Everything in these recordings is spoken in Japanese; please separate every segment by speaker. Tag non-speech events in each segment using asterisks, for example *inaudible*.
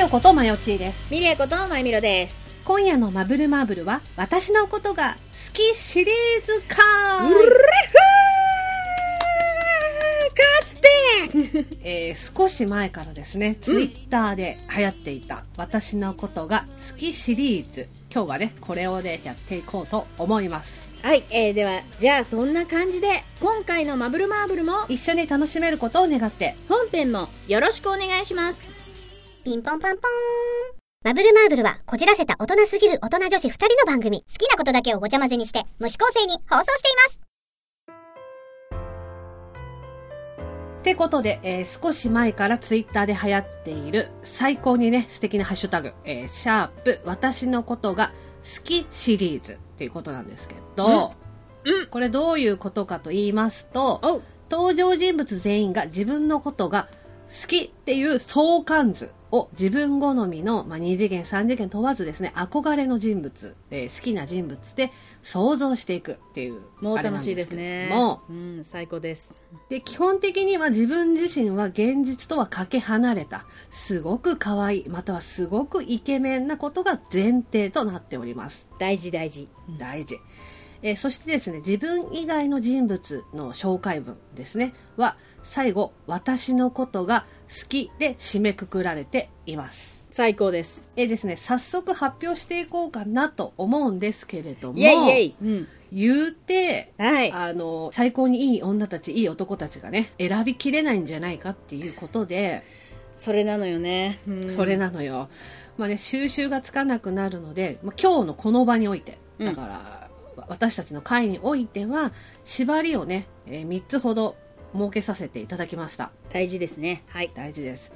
Speaker 1: ロことマヨチーです。
Speaker 2: ミレイことまゆみろです。
Speaker 1: 今夜のマブルマーブルは、私のことが好きシリーズか
Speaker 2: うるふー勝つて
Speaker 1: えー少し前からですね、ツイッターで流行っていた、私のことが好きシリーズ。今日はね、これをね、やっていこうと思います。
Speaker 2: はい、えー、では、じゃあそんな感じで、今回のマブルマーブルも、
Speaker 1: 一緒に楽しめることを願って、
Speaker 2: 本編もよろしくお願いします。
Speaker 3: ピンポンパンポーン。マブルマーブルは、こじらせた大人すぎる大人女子二人の番組。好きなことだけをごちゃ混ぜにして、無視構成に放送しています。
Speaker 1: ってことで、えー少し前からツイッターで流行っている最高にね、素敵なハッシュタグ、えーシャープ、私のことが好きシリーズっていうことなんですけど、
Speaker 2: うんうん
Speaker 1: これどういうことかと言いますと、
Speaker 2: おう。
Speaker 1: 登場人物全員が自分のことが好きっていう相関図を自分好みの、まあ、2次元、3次元問わずですね、憧れの人物、えー好きな人物で想像していくっていう。
Speaker 2: もう
Speaker 1: あれな
Speaker 2: 楽
Speaker 1: ん
Speaker 2: し
Speaker 1: で
Speaker 2: いですす
Speaker 1: けれど
Speaker 2: ね。
Speaker 1: も
Speaker 2: うん、最高です。
Speaker 1: で基本的には自分自身は現実とはかけ離れたすごく可愛いまたはすごくイケメンなことが前提となっております
Speaker 2: 大事大事。
Speaker 1: 大事、えーそしてですね自分以外の人物の紹介文ですねは最後「私のことが好き」で締めくくられています
Speaker 2: 最高です。
Speaker 1: えーですね早速発表していこうかなと思うんですけれども
Speaker 2: イェイイェイ。うん。
Speaker 1: 言うて
Speaker 2: はい。
Speaker 1: あの最高にいい女たちいい男たちがね選びきれないんじゃないかっていうことで、
Speaker 2: それなのよね。うん
Speaker 1: それ。なのよ、まあね、収集がつかなくなるので、まあ、今日のこの場において
Speaker 2: うん
Speaker 1: だから、わ私たちの会においては縛りをね、え3つほど設けさせていただきました
Speaker 2: 大事ですね。はい。
Speaker 1: 大事です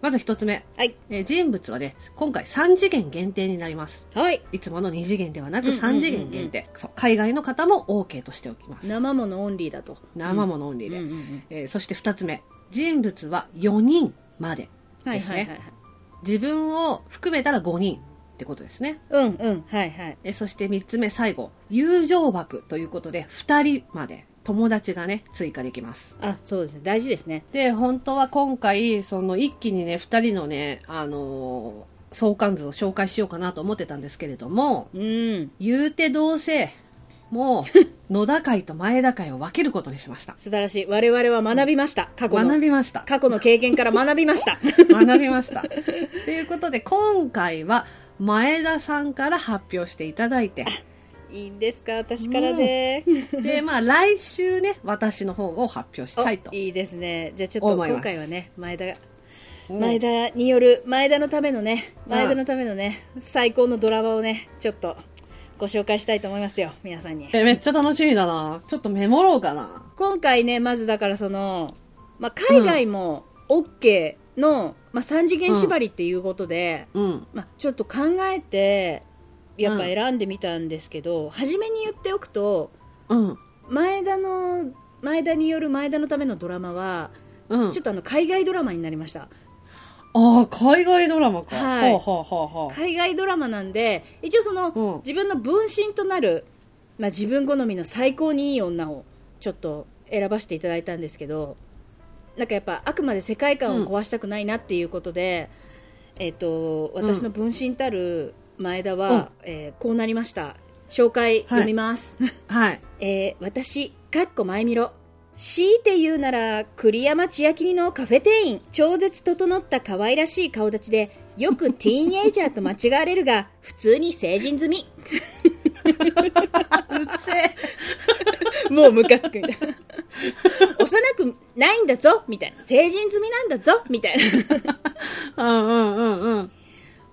Speaker 1: まず1つ目、
Speaker 2: はい。
Speaker 1: えー人物はね今回3次元限定になります
Speaker 2: はい。
Speaker 1: いつもの2次元ではな
Speaker 2: う
Speaker 1: く
Speaker 2: んうんうんうん
Speaker 1: 3次元限定、そう海外の方も OK としておきます
Speaker 2: 生ものオンリーだと。
Speaker 1: 生ものオンリーで、
Speaker 2: うんうんうん
Speaker 1: えーそして2つ目人物は4人まで
Speaker 2: はい
Speaker 1: です
Speaker 2: は
Speaker 1: ね、
Speaker 2: いはいはい。
Speaker 1: 自分を含めたら5人ってことですね、
Speaker 2: うんうん。はいはい。
Speaker 1: えーそして3つ目最後友情枠ということで2人まで友達がね追加できます
Speaker 2: あ、そうですね。大事ですね。
Speaker 1: で本当は今回その一気にね2人のねあのー相関図を紹介しようかなと思ってたんですけれども
Speaker 2: うん。
Speaker 1: 言うてどうせもう野田会と前田会を分けることにしま
Speaker 2: *laughs*
Speaker 1: した
Speaker 2: 素晴らしい。我々は学びました。過去の。
Speaker 1: 学びました
Speaker 2: 過去の経験から学びました。 *laughs*
Speaker 1: 学びました。ということで、今回は前田さんから発表していただいて、
Speaker 2: いいんですか私からで。 *laughs*
Speaker 1: で、まあ来週ね、私の方を発表したいと
Speaker 2: お。いいですね。じゃあちょっと
Speaker 1: 思います
Speaker 2: 今回はね、前田
Speaker 1: う
Speaker 2: が、
Speaker 1: ん
Speaker 2: 前田による、前田のためのね、
Speaker 1: うん
Speaker 2: 前田のためのね、最高のドラマをね、ちょっとご紹介したいと思いますよ。皆さんに。
Speaker 1: え、めっちゃ楽しみだな。ちょっとメモろうかな。
Speaker 2: 今回ね、まずだからその、まあ、海外も OK の、まあ、3次元縛りっていうことで、
Speaker 1: うん。
Speaker 2: まあ、ちょっと考えて、やっぱ
Speaker 1: うん
Speaker 2: 選んでみたんですけど、初めに言っておくと、
Speaker 1: うん。
Speaker 2: 前田の前田による前田のためのドラマは、
Speaker 1: うん。
Speaker 2: ちょっとあの海外ドラマになりました
Speaker 1: ああ、海外ドラマか。
Speaker 2: はい
Speaker 1: ほうほうほうほう。
Speaker 2: 海外ドラマなんで一応その、
Speaker 1: うん
Speaker 2: 自分の分身となる、まあ、自分好みの最高にいい女をちょっと選ばせていただいたんですけどなんかやっぱあくまで世界観を壊したくないなっていうことで、えっ、
Speaker 1: ん
Speaker 2: と私の分身たる前田は、えーこうなりました紹介読みます、
Speaker 1: はい。
Speaker 2: えー私、かっこ前見ろ。強いて言うなら、栗山千明のカフェ店員。超絶整った可愛らしい顔立ちで、よくティーンエイジャーと間違われるが、 *laughs* 普通に成人済み。
Speaker 1: うっせ
Speaker 2: もうムカつくみたいな。幼くないんだぞみたいな。成人済みなんだぞみたいな。
Speaker 1: え。うんうんうんうん。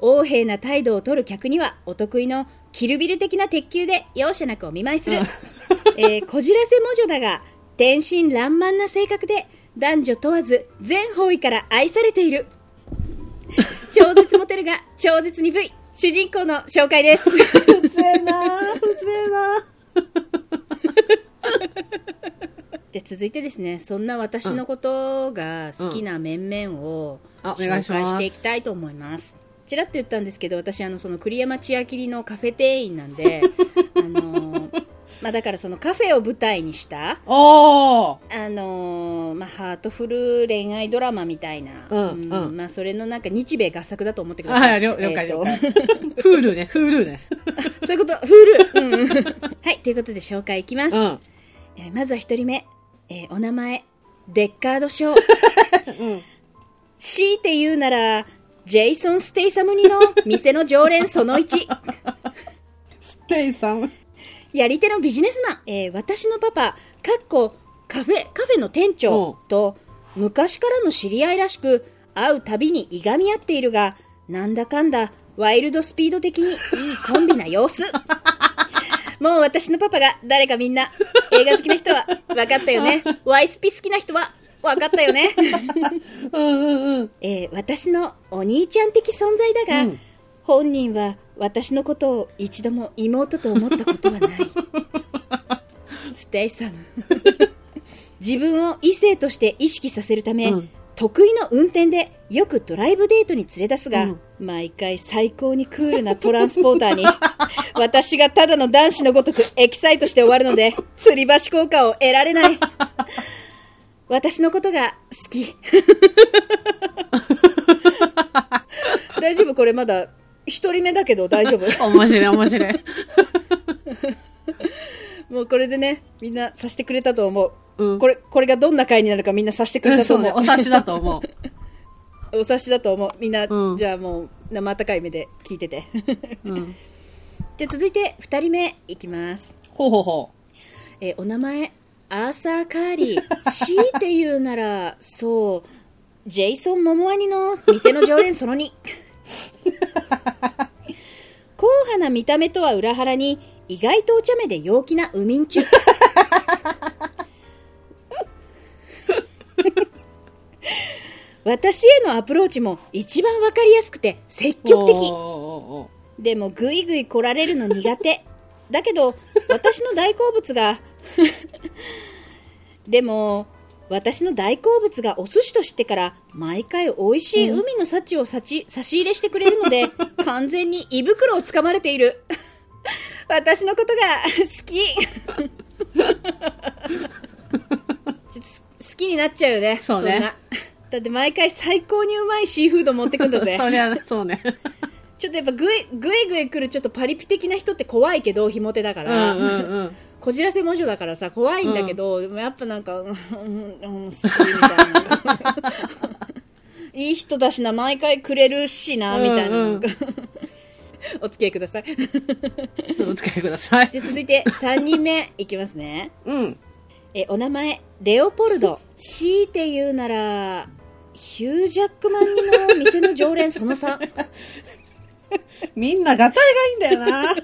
Speaker 2: 横柄な態度を取る客にはお得意のキルビル的な鉄球で容赦なくお見舞いする、 *laughs* えーこじらせ魔女だが天真爛漫な性格で男女問わず全方位から愛されている超絶モテるが超絶鈍い主人公の紹介です
Speaker 1: うっせえなうっせえな
Speaker 2: で続いてですねそんな私のことが好きな面々を
Speaker 1: うんあ
Speaker 2: 紹
Speaker 1: お願
Speaker 2: 介
Speaker 1: いします
Speaker 2: していきたいと思いますちらっ
Speaker 1: *laughs*
Speaker 2: と言ったんですけど私あのその栗山千明のカフェ店員なんであのーまあ、だからそのカフェを舞台にした、
Speaker 1: *laughs* おー
Speaker 2: あのーまあ、ハートフル恋愛ドラマみたいな、
Speaker 1: うんうん
Speaker 2: まあ、それのなんか日米合作だと思ってください。
Speaker 1: はい、了了解
Speaker 2: えー
Speaker 1: 了
Speaker 2: と
Speaker 1: 解。 *laughs* フールね、フールね。
Speaker 2: そういうこと、フル、
Speaker 1: *laughs*
Speaker 2: うん、はい、ということで紹介いきます。
Speaker 1: うん。
Speaker 2: えーまずは一人目、えーお名前、デッカード賞。強いて言うなら、ジェイソン・ステイサムにの店の常連その1。
Speaker 1: ステイさん。
Speaker 2: やり手のビジネスマン、えー私のパパ、かっこカフェ、カフェの店長と、昔からの知り合いらしく、会うたびにいがみ合っているが、なんだかんだ、ワイルドスピード的にいいコンビな様子。もう私のパパが誰かみんな、映画好きな人は分かったよね。ワイスピ好きな人は分かったよね。
Speaker 1: うんうんうん。
Speaker 2: えー私のお兄ちゃん的存在だが、
Speaker 1: うん
Speaker 2: 本人は私のことを一度も妹と思ったこ
Speaker 1: *laughs*
Speaker 2: とはないステイサム *laughs* 自分を異性として意識させるため、
Speaker 1: うん
Speaker 2: 得意の運転でよくドライブデートに連れ出すが、
Speaker 1: うん
Speaker 2: 毎回最高にクールなトランスポーターに *laughs* 私がただの男子のごとくエキサイトして終わるので吊り橋効果を得られない私のことが
Speaker 1: *laughs*
Speaker 2: 好き大丈夫これまだ一人目だけど大
Speaker 1: *laughs*
Speaker 2: 丈夫
Speaker 1: 面白い面白い。
Speaker 2: もうこれでねみんなさしてくれたと思う、
Speaker 1: うん
Speaker 2: これこれがどんな回になるかみんなさしてくれたと
Speaker 1: そう
Speaker 2: 思
Speaker 1: *laughs* ね、お
Speaker 2: う
Speaker 1: 察しだと思う。
Speaker 2: *laughs* お察しだと思うみんな、
Speaker 1: うん
Speaker 2: じゃあもう生温かい目で聞い
Speaker 1: *laughs*
Speaker 2: てて
Speaker 1: うん。
Speaker 2: じゃあ続いて2人目いきます、
Speaker 1: ほうほうほ
Speaker 2: えーお名前アーサー・カーリー強いて言うならそうジェイソン・モモアニの店の常連その2硬派な見た目とは裏腹に意外とお茶目で陽気なウミンチュ *laughs* 私へのアプローチも一番わかりやすくて積
Speaker 1: う。
Speaker 2: 極的
Speaker 1: お
Speaker 2: でもぐいぐい来られるの苦手だけど私の大好物が *laughs* でも私の大好物がお寿司と知ってから毎回美味しい海の幸を差し差し入れしてくれるので完全に胃袋をつかまれている *laughs* 私のことが好き
Speaker 1: *laughs*
Speaker 2: ちょっと好きになっちゃうよね
Speaker 1: そうね
Speaker 2: んなだって毎回最高にうまいシーフード持ってくんだ
Speaker 1: おおお。
Speaker 2: ぜ
Speaker 1: *laughs* そりゃ、そうね。
Speaker 2: ちょっとやっぱぐいぐいぐい来るちょっとパリピ的な人って怖いけどひも手だか
Speaker 1: う
Speaker 2: ら、
Speaker 1: んうんうん。
Speaker 2: こじらせ文書だからさ怖いんだけど、でもやっぱなんかうんうんうん好きみたいな *laughs* いい人だしな毎回くれるしなみたいな,、
Speaker 1: うんうん
Speaker 2: お付き合いください
Speaker 1: お使いください。
Speaker 2: で続いて3人目いきますね
Speaker 1: うん。
Speaker 2: えお名前レオポルド強いて言うならヒュージャックマンにの店の常連その3
Speaker 1: みんなガタイがいいんだよな。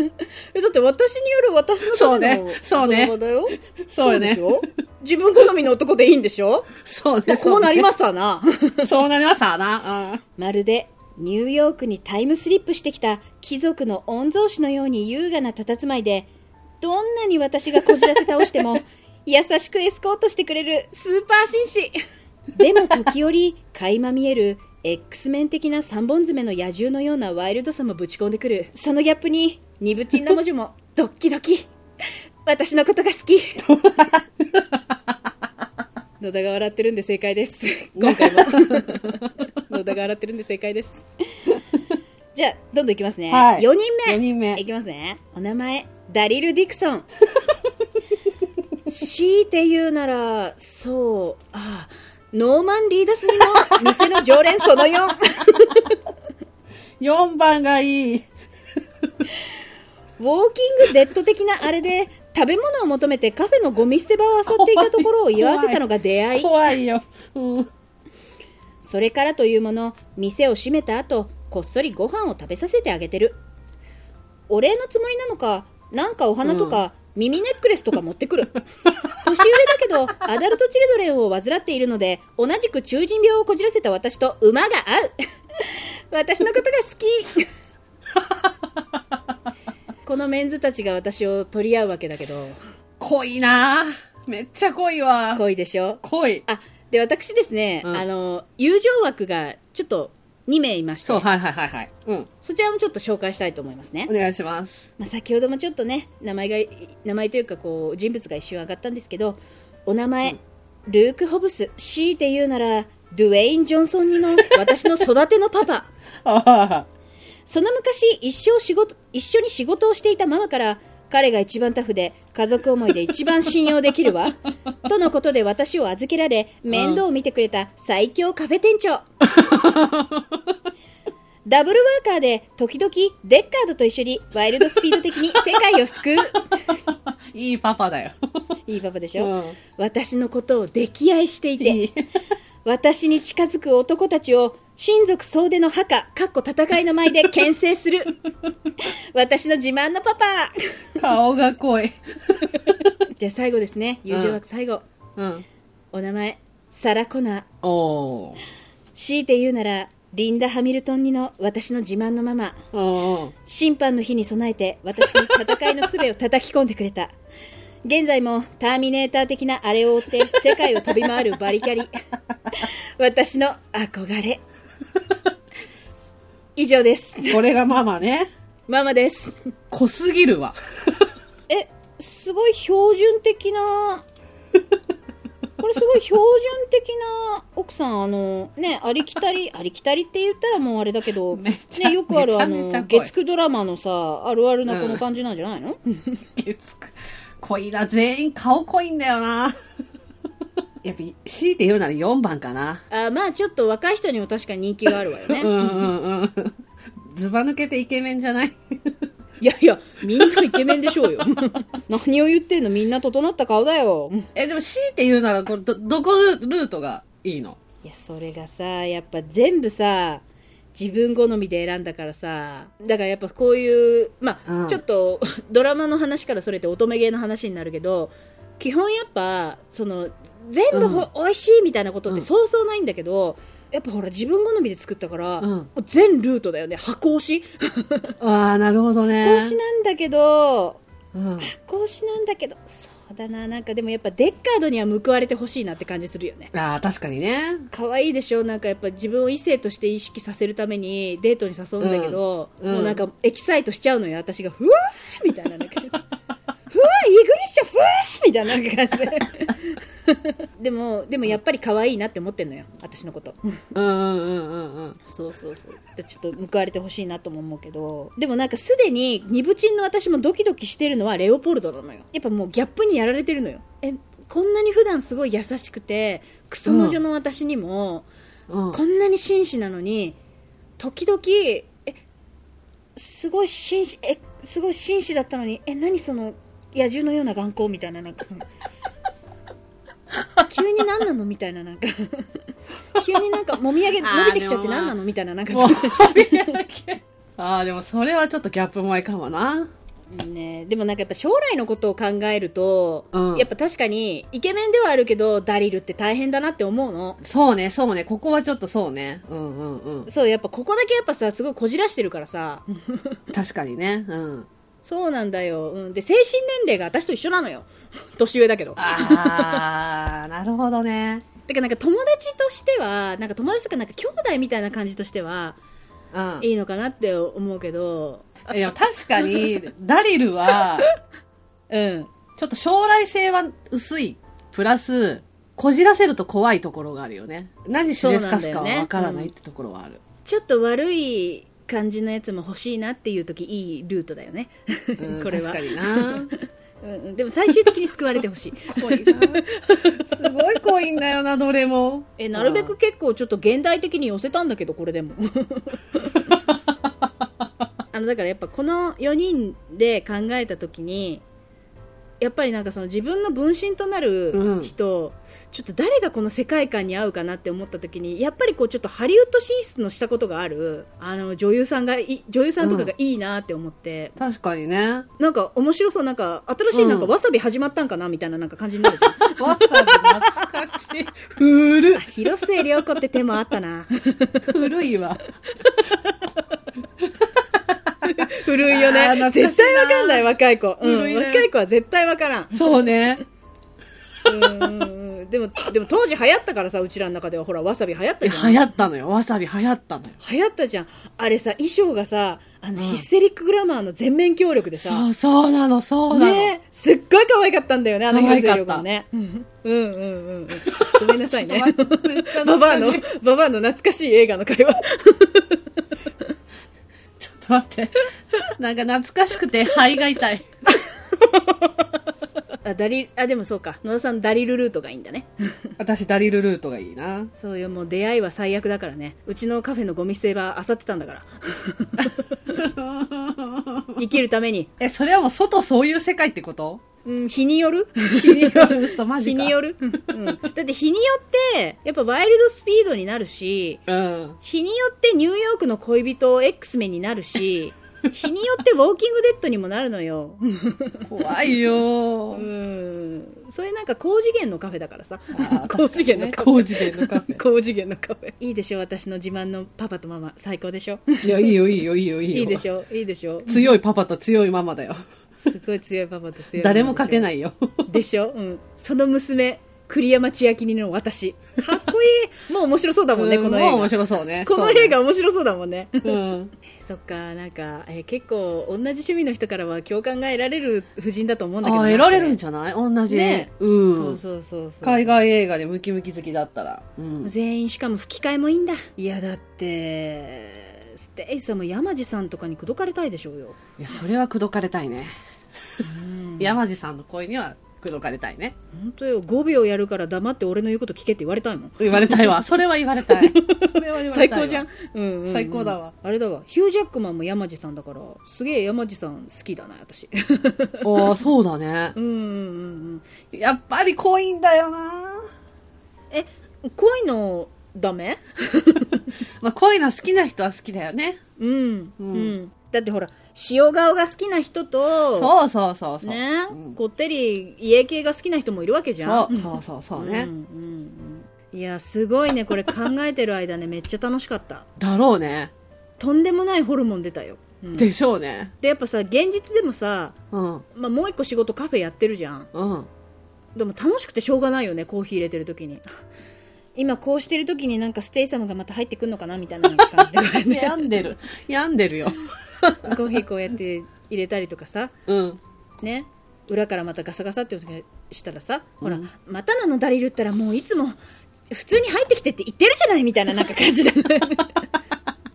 Speaker 2: *laughs* えだって私による私のための
Speaker 1: そうねそ
Speaker 2: 動画だよ。
Speaker 1: *laughs* そうね
Speaker 2: でしょ自分好みの男でいいんでしょ
Speaker 1: *laughs* そうね。。
Speaker 2: まあこうなりますしたな。
Speaker 1: *laughs* そうなりますわな。
Speaker 2: まるでニューヨークにタイムスリップしてきた貴族の御曹司のように優雅な佇まいで、どんなに私がこじらせ倒して
Speaker 1: *laughs*
Speaker 2: も、優しくエスコートしてくれるスーパー紳士。
Speaker 1: *laughs*
Speaker 2: でも時折、垣間見える X 面的な三本爪の野獣のようなワイルドさもぶち込んでくる。そのギャップに、ニブチンな文字もドッキドキ。私のことが好き。野田が笑ってるんで正
Speaker 1: *laughs*
Speaker 2: 解です。今回も。野田が笑ってるんで正解です。じゃあ、どんどんいきますね。
Speaker 1: はい
Speaker 2: 4人目。
Speaker 1: 4人目
Speaker 2: いきますね。お名前、ダリル・ディ
Speaker 1: *laughs*
Speaker 2: クソン。強いて言うなら、そう、ああ、ノーマン・リーダスにの店の常連その4。
Speaker 1: うん。4番がいい。
Speaker 2: ウォーキングデッド的なあれで、食べ物を求めてカフェのゴミ捨て場を漁っていたところを居合わせたのが出会い。
Speaker 1: 怖いよ。うん。
Speaker 2: それからというもの、店を閉めた後、こっそりご飯を食べさせてあげてる。お礼のつもりなのか、なんかお花とか、耳ネックレスとか持ってくる。 *laughs* 年上だけど、アダルトチルドレンを患っているので、同じく中人病をこじらせた私と馬が合う。 *laughs* 私のことが好き。 *laughs* このメンズたちが私を取り合うわけだけど、
Speaker 1: 濃いなめっちゃ濃いわ。
Speaker 2: 恋でしょ
Speaker 1: 濃い。
Speaker 2: あで私ですね、
Speaker 1: うん
Speaker 2: あの友情枠がちょっと2名いまして
Speaker 1: そう、はいはいはいはい。うん。
Speaker 2: そちらもちょっと紹介したいと思いますね
Speaker 1: お、願いします。
Speaker 2: まあ、先ほどもちょっとね名前が名前というかこう人物が一瞬上がったんですけどお名前、ルーク・ホブス強いて言うならドゥエイン・ジョンソン似の私の育てのパパ
Speaker 1: あ
Speaker 2: その昔一生仕事一緒に仕事をしていたママから彼が一番タフで家族思いで一番信用できるわ *laughs* とのことで私を預けられ面倒を見てくれた最強カフェ店長 *laughs* ダブルワーカーで時々デッカードと一緒にワイルドスピード的に世界を救う
Speaker 1: あ、いいパパだよ。
Speaker 2: いいパパでし
Speaker 1: う
Speaker 2: ょ、
Speaker 1: ん。
Speaker 2: 私のことを溺愛していて
Speaker 1: いい。
Speaker 2: 私に近づく男たちを親族総出の墓かっこ戦いの前で牽制する私の自慢のパパ
Speaker 1: 顔が濃い。
Speaker 2: で最後ですね友情枠最後、
Speaker 1: うん。
Speaker 2: お名前サラ・コナー
Speaker 1: おー。
Speaker 2: 強いて言うならリンダ・ハミルトン似の私の自慢のママ
Speaker 1: うんうん。
Speaker 2: 審判の日に備えて私に戦いの術を叩き込んでくれた現在もターミネーター的なあれを追って世界を飛び回るバリキャリ私の憧れ以上です
Speaker 1: これがママね。
Speaker 2: ママです
Speaker 1: 濃すぎるわ。
Speaker 2: えすごい標準的なこれすごい標準的な奥さんあのねありきたりありきたりって言ったらもうあれだけど、
Speaker 1: めっ
Speaker 2: ね
Speaker 1: ちゃ、
Speaker 2: よくあるあ
Speaker 1: め
Speaker 2: の
Speaker 1: ちゃめちゃ怖い
Speaker 2: 月9ドラマのさあるあるなこの感じなんじゃないの、
Speaker 1: 月9濃いな。全員顔濃いんだよな。やっぱ、強いて言うなら4番かな。
Speaker 2: あまあちょっと若い人にも確かに人気があるわよ *laughs* ね。
Speaker 1: うんうんうん。ずば抜けてイケメンじゃない
Speaker 2: いやいや、みんなイケメンでしょうよ。 *laughs* 何を言ってんのみんな整った顔だよ。
Speaker 1: え、でも強いて言うなら、これ、ど、どこルルートがいいの
Speaker 2: いや、それがさ、やっぱ全部さ、自分好みで選んだからさ、だからやっぱこういう、まあ、
Speaker 1: うん
Speaker 2: ちょっとドラマの話からそれて乙女芸の話になるけど、基本やっぱ、その、全部ほ、美味しいみたいなことってそうそうないんだけど、やっぱほら自分好みで作ったから、
Speaker 1: うん
Speaker 2: もう全ルートだよ *laughs* ね。箱推し
Speaker 1: ああ、なるほど
Speaker 2: 箱
Speaker 1: ね。
Speaker 2: 推しなんだけど、
Speaker 1: うん。
Speaker 2: 格好しなんだけどそうだななんかでもやっぱデッカードには報われてほしいなって感じするよね
Speaker 1: ああ、確かにね。
Speaker 2: 可愛いでしょなんかやっぱ自分を異性として意識させるためにデートに誘うんだけど、
Speaker 1: うんうん
Speaker 2: もうなんかエキサイトしちゃうのよ私がふわーみたいなな
Speaker 1: *laughs*
Speaker 2: んかふわーイグリッシャふわーみたいななんか感じででもでもやっぱり可愛いなって思ってんのよ私のこと
Speaker 1: うんうんうんうんうん。
Speaker 2: そうそうそうでちょっと報われてほしいなとも思うけどでもなんかすでに二部チンの私もドキドキしてるのはレオポルドなのよやっぱもうギャップにやられてるのよえこんなに普段すごい優しくてクソ魔女の私にも、
Speaker 1: うん
Speaker 2: こんなに紳士なのに時々えすごい紳士えすごい紳士だったのにえ何その野獣のような眼光みたいななんか急に何なのみたい
Speaker 1: *laughs*
Speaker 2: ななんか急になんかもみあげ伸びてきちゃって何なのみたいななんか
Speaker 1: も
Speaker 2: そう
Speaker 1: 見えなきゃああ、でもそれはちょっとギャップ萌えかもな。
Speaker 2: うねでもなんかやっぱ将来のことを考えると、
Speaker 1: うん
Speaker 2: やっぱ確かにイケメンではあるけどダリルって大変だなって思うの
Speaker 1: そうね、そうね。ここはちょっとそうね。うんうんうん。
Speaker 2: そうやっぱここだけやっぱさすごいこじらしてるからさ
Speaker 1: 確かにね。うん。
Speaker 2: そうなんだよ、うん、で精神年齢が私と一緒なのよ *laughs* 年上だけどだか
Speaker 1: ああ、なるほどね。
Speaker 2: らなんか友達としてはなんか友達とかなんか兄弟みたいな感じとしては
Speaker 1: うん。
Speaker 2: いいのかなって思うけど
Speaker 1: いや、確かに、ダリルは、
Speaker 2: うん
Speaker 1: ちょっと将来性は薄い。プラス、こじらせると怖いところがあるよね。何しでかすかはわからないってところはある。
Speaker 2: ちょっと悪い感じのやつも欲しいなっていう時いいルートだよね
Speaker 1: うん
Speaker 2: *laughs* これは
Speaker 1: 確かにな。
Speaker 2: うんうんでも最終的に救われてほしい
Speaker 1: 濃いな。すごい濃いんだよな、どれも。
Speaker 2: えなるべく結構ちょっと現代的に寄せたんだけどこれ
Speaker 1: *laughs*
Speaker 2: でもあのだからやっぱこの4人で考えた時にやっぱりなんかその自分の分身となる人、ちょっと誰がこの世界観に合うかなって思った時にやっぱりこうちょっとハリウッド進出のしたことがあるあの女優さんがい女優さんとかがいいなって思って、
Speaker 1: 確かにね。
Speaker 2: なんか面白そうなんか新しいなんか
Speaker 1: うん
Speaker 2: わさび始まったんかなみたいななんか感じにな
Speaker 1: *laughs*
Speaker 2: るじゃん、
Speaker 1: わさび懐かしい。古い
Speaker 2: あ。広末涼子って手もあったな
Speaker 1: 古いわ。
Speaker 2: 古いよ
Speaker 1: あー
Speaker 2: ね
Speaker 1: 懐かしいな
Speaker 2: 絶対わかんない若い子、う
Speaker 1: 古
Speaker 2: ん、
Speaker 1: いね
Speaker 2: 若い子は絶対わからん
Speaker 1: そうね。
Speaker 2: うんうんうんでも、でも当時流行ったからさ、うちらの中ではほら、わさび流行った
Speaker 1: い
Speaker 2: じ
Speaker 1: や
Speaker 2: ゃん。
Speaker 1: 流行ったのよわさび流行ったのよ
Speaker 2: 流行ったじゃん。あれさ、衣装がさ、あの、ヒステリックグラマーの全面協力でさ、
Speaker 1: そうそうなのそうなの、
Speaker 2: ねすっごい可愛かったんだよね、あの
Speaker 1: 可
Speaker 2: 広
Speaker 1: 愛かっ
Speaker 2: 瀬涼子
Speaker 1: た
Speaker 2: もね。うんうんうんうん。ごめんなさいね
Speaker 1: ちょっと
Speaker 2: *laughs*
Speaker 1: 待ってめっちゃ懐かし。い
Speaker 2: ババアの、ババアの懐かしい映画の会話。
Speaker 1: ちょっと待って *laughs* なんか懐かしくて肺が痛い
Speaker 2: あ、ダリ、あ、でもそうか。野田さん、ダリルルートがいいんだね。
Speaker 1: 私ダリルルートがいいな
Speaker 2: そうよ、もう出会いは最悪だからね。うちのカフェのゴミ捨て場、あさってたん
Speaker 1: *laughs*
Speaker 2: だから。生きるために。
Speaker 1: えそれはもう外そういう世界ってこと
Speaker 2: うん、日による
Speaker 1: 日に
Speaker 2: *laughs*
Speaker 1: よる嘘マジ
Speaker 2: 日
Speaker 1: か
Speaker 2: による、うん、だって日によって、やっぱワイルドスピードになるし、
Speaker 1: うん
Speaker 2: 日によってニューヨークの恋人を X メンにな
Speaker 1: *laughs*
Speaker 2: るし、日によってウォーキングデッドにもなるのよ。
Speaker 1: 怖いよ
Speaker 2: う
Speaker 1: ー
Speaker 2: ん。それなんか高次元のカフェだからさ
Speaker 1: あー。
Speaker 2: 高次元のカフェ。
Speaker 1: 高次元のカフェ
Speaker 2: 高次元のカフェ。いいでしょ、私の自慢のパパとママ。最高でしょ。
Speaker 1: いやいいよいいよいいよいいよ
Speaker 2: いいでしょ、いいでしょ。
Speaker 1: 強いパパと強いママだよ
Speaker 2: すごい強いパパと強いママでしょ
Speaker 1: 誰も勝てないよ
Speaker 2: でしょ、うん、その娘栗山千明にの私かっこいいもう面白そうだもんね
Speaker 1: うん
Speaker 2: この
Speaker 1: もう面
Speaker 2: 映画
Speaker 1: 白そうね
Speaker 2: この映画面白そうだもんね
Speaker 1: そうねうん
Speaker 2: そっかなんか、えー結構同じ趣味の人からは共感が得られる夫人だと思うんだけ
Speaker 1: あ
Speaker 2: ど
Speaker 1: あ
Speaker 2: な
Speaker 1: 得られるん
Speaker 2: こ
Speaker 1: じゃない同じ、
Speaker 2: ね
Speaker 1: う
Speaker 2: れ
Speaker 1: ん
Speaker 2: そうそうそうそう
Speaker 1: 海外映画でムキムキ好きだったら、うん、
Speaker 2: 全員しかも吹き替えもいいんだいやだってステイさんも山地さんとかに口説かれたいでしょうよ、
Speaker 1: いやそれは口説かれたいね、
Speaker 2: うん、
Speaker 1: 山地さんの声には口説かれたいね
Speaker 2: 本当よ5秒やるから黙って俺の言うこと聞けって言われたいもん
Speaker 1: 言われたい *laughs* わそれは言われたいそれは言われたい
Speaker 2: 最高じゃん、うんうんうん
Speaker 1: 最高だわ
Speaker 2: あれだわヒュージャックマンも山地さんだからすげえ山地さん好きだな
Speaker 1: *laughs*
Speaker 2: 私
Speaker 1: ああそうだね
Speaker 2: うんうんうんうん
Speaker 1: やっぱり濃いんだよな
Speaker 2: え濃いの
Speaker 1: *laughs*
Speaker 2: ダメ
Speaker 1: まあ濃いの好きな人は好きだよね
Speaker 2: うん、
Speaker 1: う
Speaker 2: う
Speaker 1: んん
Speaker 2: だってほら塩顔が好きな人と
Speaker 1: そうそうそうそう
Speaker 2: ね、
Speaker 1: うん
Speaker 2: こってり家系が好きな人もいるわけじゃ
Speaker 1: そ
Speaker 2: ん
Speaker 1: うそうそうそうね、
Speaker 2: んうんうんいやすごいねこれ考えてる間ねめっちゃ楽しかった
Speaker 1: だろうね
Speaker 2: とんでもないホルモン出たよ、うんで
Speaker 1: でしょうね
Speaker 2: やっぱさ現実でもさ、
Speaker 1: うん
Speaker 2: まあ、もう一個仕事カフェやってるじゃん
Speaker 1: うん
Speaker 2: でも楽しくてしょうがないよねコーヒー入れてる時に *laughs* 今こうしてる時になんかステイ様がまた入ってくんのかなみたいな感じ
Speaker 1: *laughs*
Speaker 2: で
Speaker 1: 病んでる病んでるよ
Speaker 2: コ
Speaker 1: *laughs*
Speaker 2: ーヒーこうやって入れたりとかさ
Speaker 1: うん
Speaker 2: ね裏からまたガサガサって音がしたらさ、ほらまたなのダリルったらもういつも普通に入ってきてって言ってるじゃないみたいななんか感じで *laughs*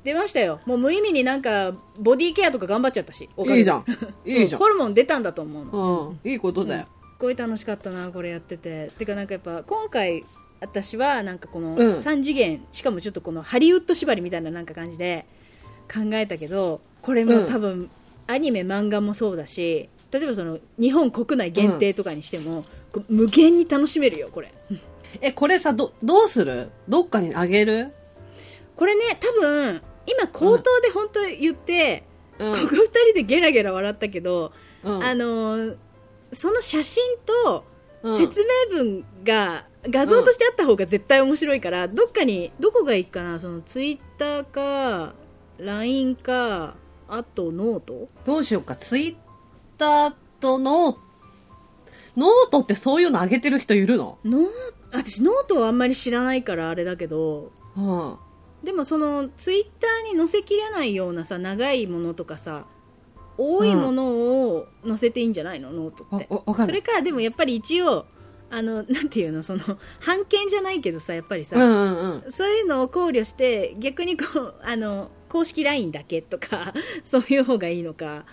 Speaker 2: 出ましたよもう無意味になんかボディケアとか頑張っちゃったしおかげで
Speaker 1: いいじゃんいいじゃん
Speaker 2: ホルモン出たんだと思うの
Speaker 1: うんいいことだよ
Speaker 2: すっごい楽しかったなこれやってててかなんかやっぱ今回私はなんかこ
Speaker 1: う
Speaker 2: の
Speaker 1: ん
Speaker 2: 3次元、しかもちょっとこのハリウッド縛りみたいななんか感じで考えたけどこれ
Speaker 1: う
Speaker 2: も
Speaker 1: ん
Speaker 2: 多分、アニメ漫画もそうだし例えばその日本国内限定とかにしても、こう無限に楽しめるよこれ
Speaker 1: えこれさどどうするどっかにあげる
Speaker 2: これね多分今口頭で本当言って、
Speaker 1: うん
Speaker 2: ここ2人でゲラゲラ笑ったけど、
Speaker 1: うん
Speaker 2: あのーその写真と
Speaker 1: うん
Speaker 2: 説明文が画像としてあった方が絶対面白いから、どっかにどこがいいかなそのツイッターか LINE かあとノート
Speaker 1: どうしようかツイッターとノートノートってそういうのあげてる人いるの
Speaker 2: ノー私ノートはあんまり知らないからあれだけど
Speaker 1: うん
Speaker 2: でもそのツイッターに載せきれないようなさ長いものとかさ多いものを載せていいんじゃないの、ノートっ
Speaker 1: わ
Speaker 2: て
Speaker 1: わわかん
Speaker 2: そ
Speaker 1: な
Speaker 2: れ
Speaker 1: い
Speaker 2: かでもやっぱり一応あのなんていうのその版権じゃないけどさやっぱりさ、
Speaker 1: うんうんうん
Speaker 2: そういうのを考慮して逆にこう *laughs* あの公式 LINE だけとか *laughs* そういう方がいいのか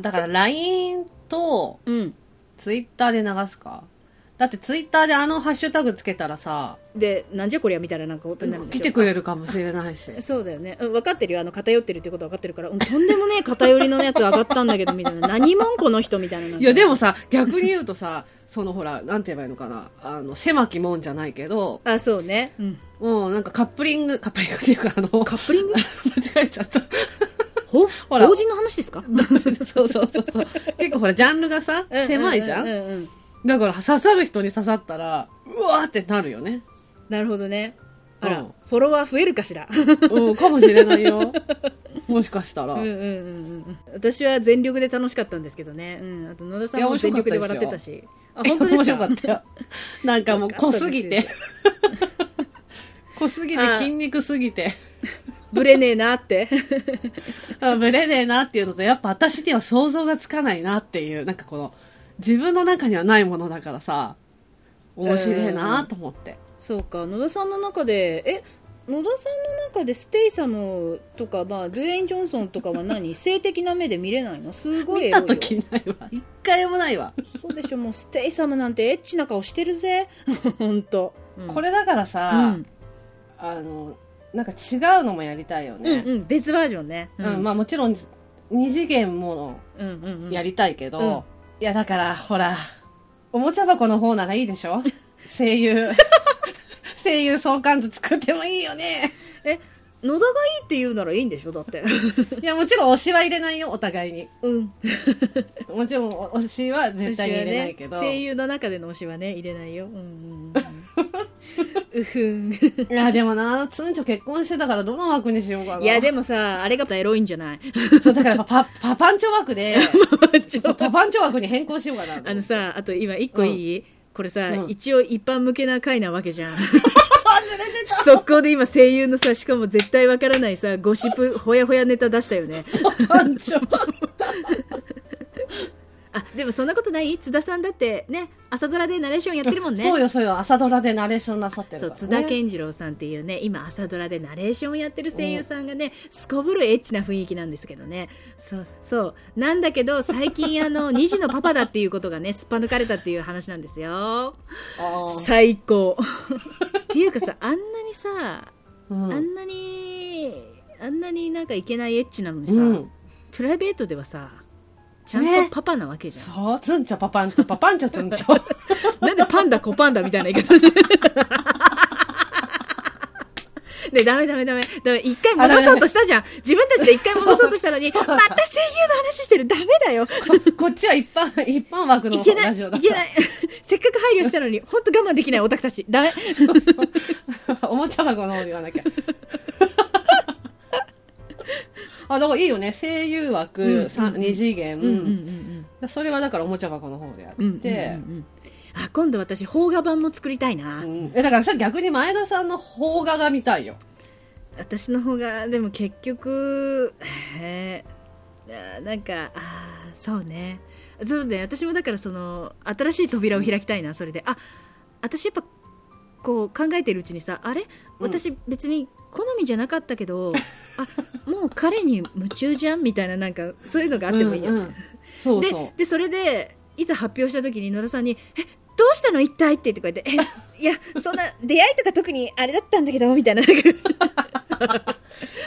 Speaker 1: だから LINE と
Speaker 2: うん
Speaker 1: ツイッターで流すかだってツイッターであのハッシュタグつけたらさ
Speaker 2: でなんじゃこりゃみたいななんかことになるんでしょ
Speaker 1: 来てくれるかもしれないし
Speaker 2: *laughs* そうだよね、うん、分かってるよあの偏ってるってことは分かってるから、うん、とんでもねえ偏りのやつ上がったんだけどみたいな何もんこの人みたいななんか
Speaker 1: いやでもさ逆に言うとさそのほらなんて言えばいいのかなあの狭きもんじゃないけど
Speaker 2: あそうね、うん、
Speaker 1: もうなんかカップリングカップリングっていうかあの
Speaker 2: カップリング
Speaker 1: 間違えちゃった
Speaker 2: ほ
Speaker 1: *laughs* ほら
Speaker 2: 同人の話ですか
Speaker 1: *laughs* そうそうそうそう結構ほらジャンルがさ狭いじゃ
Speaker 2: うんううんうん
Speaker 1: だから刺さる人に刺さったらうわーってなるよね
Speaker 2: なるほどねあら、
Speaker 1: うん
Speaker 2: フォロワー増えるかしら
Speaker 1: うんかもしれないよもしかしたら。
Speaker 2: うんうんうんうん私は全力で楽しかったんですけどね、うん、あと野田さ
Speaker 1: い
Speaker 2: ん
Speaker 1: や
Speaker 2: も
Speaker 1: 面白
Speaker 2: 全
Speaker 1: かったです
Speaker 2: 力で
Speaker 1: よ
Speaker 2: 笑ってた
Speaker 1: *laughs*
Speaker 2: しあ本当ですか
Speaker 1: 面白かったよ。なんかもう濃すぎて。濃すぎて
Speaker 2: あ
Speaker 1: 筋肉すぎて。
Speaker 2: ブレねえなって *laughs*
Speaker 1: あぶれねえなっていうのと、やっぱ私には想像がつかないなっていう、なんかこの、自分の中にはないものだからさ、面白いなと思って。
Speaker 2: そうか野田さんの中でえ野田さんの中でステイサムとか、まあ、ドゥエイン・ジョンソンとか
Speaker 1: *laughs*
Speaker 2: は何性的な目で見れないのすごいエ
Speaker 1: 見
Speaker 2: ロ
Speaker 1: た
Speaker 2: いよ
Speaker 1: 時ないわ。一回もないわ。 *laughs*
Speaker 2: そうでしょもうステイサムなんてエッチな顔してるぜ *laughs* ほんと、うん
Speaker 1: これだから
Speaker 2: う
Speaker 1: さ、
Speaker 2: ん、
Speaker 1: あの、なんか違うのもやりたいよ
Speaker 2: うん
Speaker 1: ね。
Speaker 2: うん別バージョンね
Speaker 1: うん、まあもちろん、二次元も
Speaker 2: うんうんうん
Speaker 1: やりたいけど、
Speaker 2: うん
Speaker 1: いやだからほらおもちゃ箱の方ならいいで
Speaker 2: *laughs*
Speaker 1: しょ声優 *laughs* 声優相関図作ってもいいよ
Speaker 2: *laughs*
Speaker 1: ね
Speaker 2: え野田がいいって言うならいいんでしょだ
Speaker 1: *laughs*
Speaker 2: って
Speaker 1: いやもちろん推しは入れないよお互いに
Speaker 2: うん
Speaker 1: もちろん推しは絶対に入れないけど、
Speaker 2: 推しはね、声優の中での推しはね入れないようん
Speaker 1: *laughs*
Speaker 2: うんうんうふん
Speaker 1: いやでもなツンチョ結婚してたからどの枠にしようかない
Speaker 2: やでもさあれがエロいんじゃ
Speaker 1: *laughs*
Speaker 2: ない
Speaker 1: そうだからやっぱパパパンチョ枠
Speaker 2: *laughs*
Speaker 1: で
Speaker 2: ちょ
Speaker 1: パパパンチョ枠に変更しようかな
Speaker 2: あのさあと今一個いい、これさ、
Speaker 1: うん
Speaker 2: 一応一般向けな回なわけじゃん
Speaker 1: 忘れてた
Speaker 2: 速攻で今声優のさしかも絶対わからないさゴシップほやほやネタ出したよね
Speaker 1: パンチョ
Speaker 2: あでもそんなことない津田さんだってね朝ドラでナレーションやってるもんね
Speaker 1: そうよそうよ朝ドラでナレーションなさってる
Speaker 2: そ
Speaker 1: か
Speaker 2: う
Speaker 1: ら、ね、
Speaker 2: 津田健次郎さんっていうね今朝ドラでナレーションをやってる声優さんがね、すこぶるエッチな雰囲気なんですけどねそうそうなんだけど最近あ
Speaker 1: *laughs*
Speaker 2: の2児のパパだっていうことがねすっぱ抜かれたっていう話なんですよ
Speaker 1: あー
Speaker 2: 最
Speaker 1: *laughs*
Speaker 2: 高っていうかさあんなにさ、
Speaker 1: うん
Speaker 2: あんなにあんなになんかいけないエッチなのにさ、
Speaker 1: うん
Speaker 2: プライベートではさちゃん
Speaker 1: ね
Speaker 2: とパパなわけじゃん、
Speaker 1: そう、つんちょパパンチョ、パパンチョつんち
Speaker 2: *laughs*
Speaker 1: ょ。
Speaker 2: なんでパンダ子パンダみたいな言い方してる *laughs* ねダメダメダメ。ダメ。一回戻そうとしたじゃん。自分たちで一回戻そうとしたのに、また声優の話してる。ダメだよ。
Speaker 1: こっちは一般、一般枠の
Speaker 2: いけない。
Speaker 1: ラジオだ
Speaker 2: い
Speaker 1: っ
Speaker 2: けない
Speaker 1: た。。
Speaker 2: せっかく配慮したのに、ほんと我慢できないオタクたち。ダメ。
Speaker 1: *laughs* おもちゃ箱の方で言わなきゃ。 *laughs* あ、だからいいよね。声優枠、三二次元、
Speaker 2: うんうんうん
Speaker 1: それはだからおもちゃ箱の方でやって。
Speaker 2: うん。うんうんうんうんあ、今度私、邦画版も作りたいな。
Speaker 1: うんえだからさ逆に前田さんの邦画が見たいよ
Speaker 2: 私の方がでも結局へえあなんかあーそうねそうね私もだからその新しい扉を開きたいなそれであ私やっぱこう考えてるうちにさあれ
Speaker 1: うん
Speaker 2: 私別に好みじゃなかったけど、あもう彼に夢中じゃんみたいななんかそういうのがあってもいいよね、
Speaker 1: うんうんそう
Speaker 2: で
Speaker 1: そう
Speaker 2: でそれでいざ発表した時に野田さんに「えどうしたの一体?」ってとか言って「えいやそんな出会いとか特にあれだったんだけど」みたいななんかそうい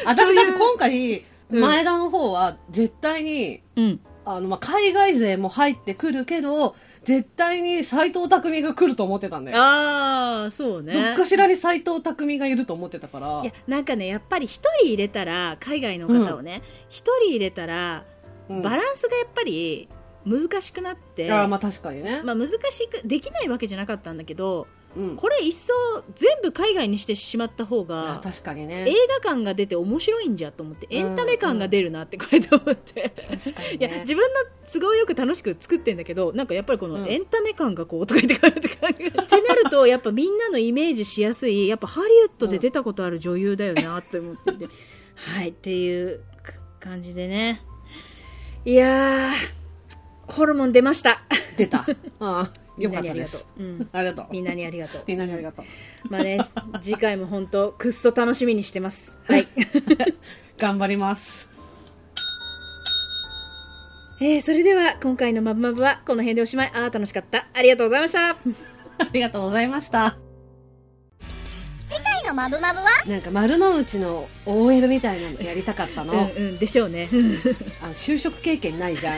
Speaker 1: 私
Speaker 2: う
Speaker 1: だって今回
Speaker 2: うん
Speaker 1: 前田の方は絶対に
Speaker 2: うん
Speaker 1: あの、まあ、海外勢も入ってくるけど絶対に斎藤工が来ると思ってたんだよ
Speaker 2: ああそうね
Speaker 1: どっかしらに斎藤匠がいると思ってたから
Speaker 2: いや、なんかねやっぱり一人入れたら海外の方をね一、人入れたら
Speaker 1: うん
Speaker 2: バランスがやっぱり難しくなって、
Speaker 1: あーまあ確かにね、
Speaker 2: まあ難しくできないわけじゃなかったんだけど
Speaker 1: うん、
Speaker 2: これ一層全部海外にしてしまった方
Speaker 1: あ
Speaker 2: が
Speaker 1: ー確かに
Speaker 2: 映
Speaker 1: ね
Speaker 2: 画感が出て面白いんじゃと思ってエンタメ感が出るなってこれと思って、
Speaker 1: 確かに
Speaker 2: いや
Speaker 1: ね
Speaker 2: 自分の都合よく楽しく作ってんだけどなんかやっぱりこ
Speaker 1: う
Speaker 2: の
Speaker 1: ん
Speaker 2: エンタメ感がこうとか言って考えて考えてってなるとやっぱみんなのイメージしやすいやっぱハリウッドで出たことある女優だよなって思ってて、
Speaker 1: *laughs*
Speaker 2: はいっていうか感じでねいやーホルモン出ました *laughs*
Speaker 1: 出たあーよかっ
Speaker 2: みんなにあ
Speaker 1: たで
Speaker 2: りがと
Speaker 1: す
Speaker 2: う、うん、
Speaker 1: ありがとう
Speaker 2: みんなにありがとう
Speaker 1: みんなにありがとう
Speaker 2: まあね次回も本当くっそ楽しみにしてますはい
Speaker 1: *laughs*
Speaker 2: *laughs*
Speaker 1: 頑張ります
Speaker 2: えー、それでは今回の「まぶまぶ」はこの辺でおしまいあー楽しかったありがとうございました
Speaker 1: ありがとうございました
Speaker 3: 次回のマブマブは
Speaker 1: なんか丸の内の OL みたいなのやりたかったの,、
Speaker 2: うんうんでしょ
Speaker 1: *laughs*
Speaker 2: うね
Speaker 1: あの就職経験ないじゃん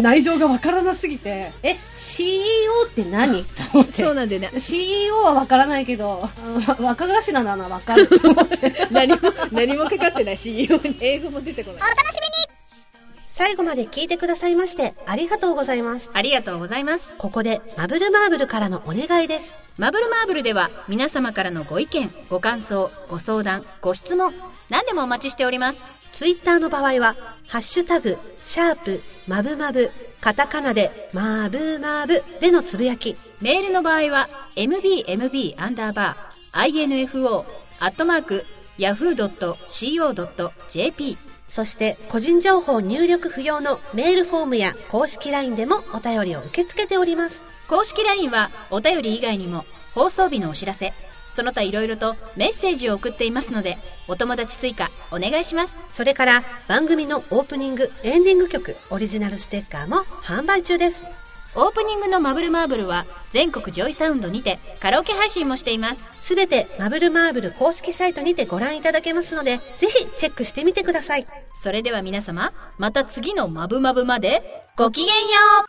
Speaker 1: 内情がわからなすぎてえ CEO って何と思って
Speaker 2: そうなんだよね
Speaker 1: CEO はわからないけどあー若頭なのはわかると思って
Speaker 2: 何も何もかかってない CEO に英語も出てこない
Speaker 3: お楽しみに
Speaker 4: 最後まで聞いてくださいまして、ありがとうございます。
Speaker 2: ありがとうございます。
Speaker 4: ここで、マブルマーブルからのお願いです。
Speaker 2: マブルマーブルでは皆様からのご意見、ご感想、ご相談、ご質問、何でもお待ちしております。
Speaker 4: ツイッターの場合は、ハッシュタグ、シャープ、マブマブ、カタカナで、マブマブでのつぶやき、
Speaker 2: メールの場合は mbmb アンダーバー info アットマーク yahoo.co.jp
Speaker 4: そして個人情報入力不要のメールフォームや公式 LINE でもお便りを受け付けております。
Speaker 2: 公式 LINE はお便り以外にも放送日のお知らせその他いろいろとメッセージを送っていますのでお友達追加お願いします
Speaker 4: それから番組のオープニング、エンディング曲、オリジナルステッカーも販売中です。
Speaker 2: オープニングの「マブルマーブル」は全国ジョイサウンドにてカラオケ配信もしています
Speaker 4: すべてマブルマーブル公式サイトにてご覧いただけますので、ぜひチェックしてみてください。
Speaker 2: それでは皆様また次の「マブマブ」までごきげんよう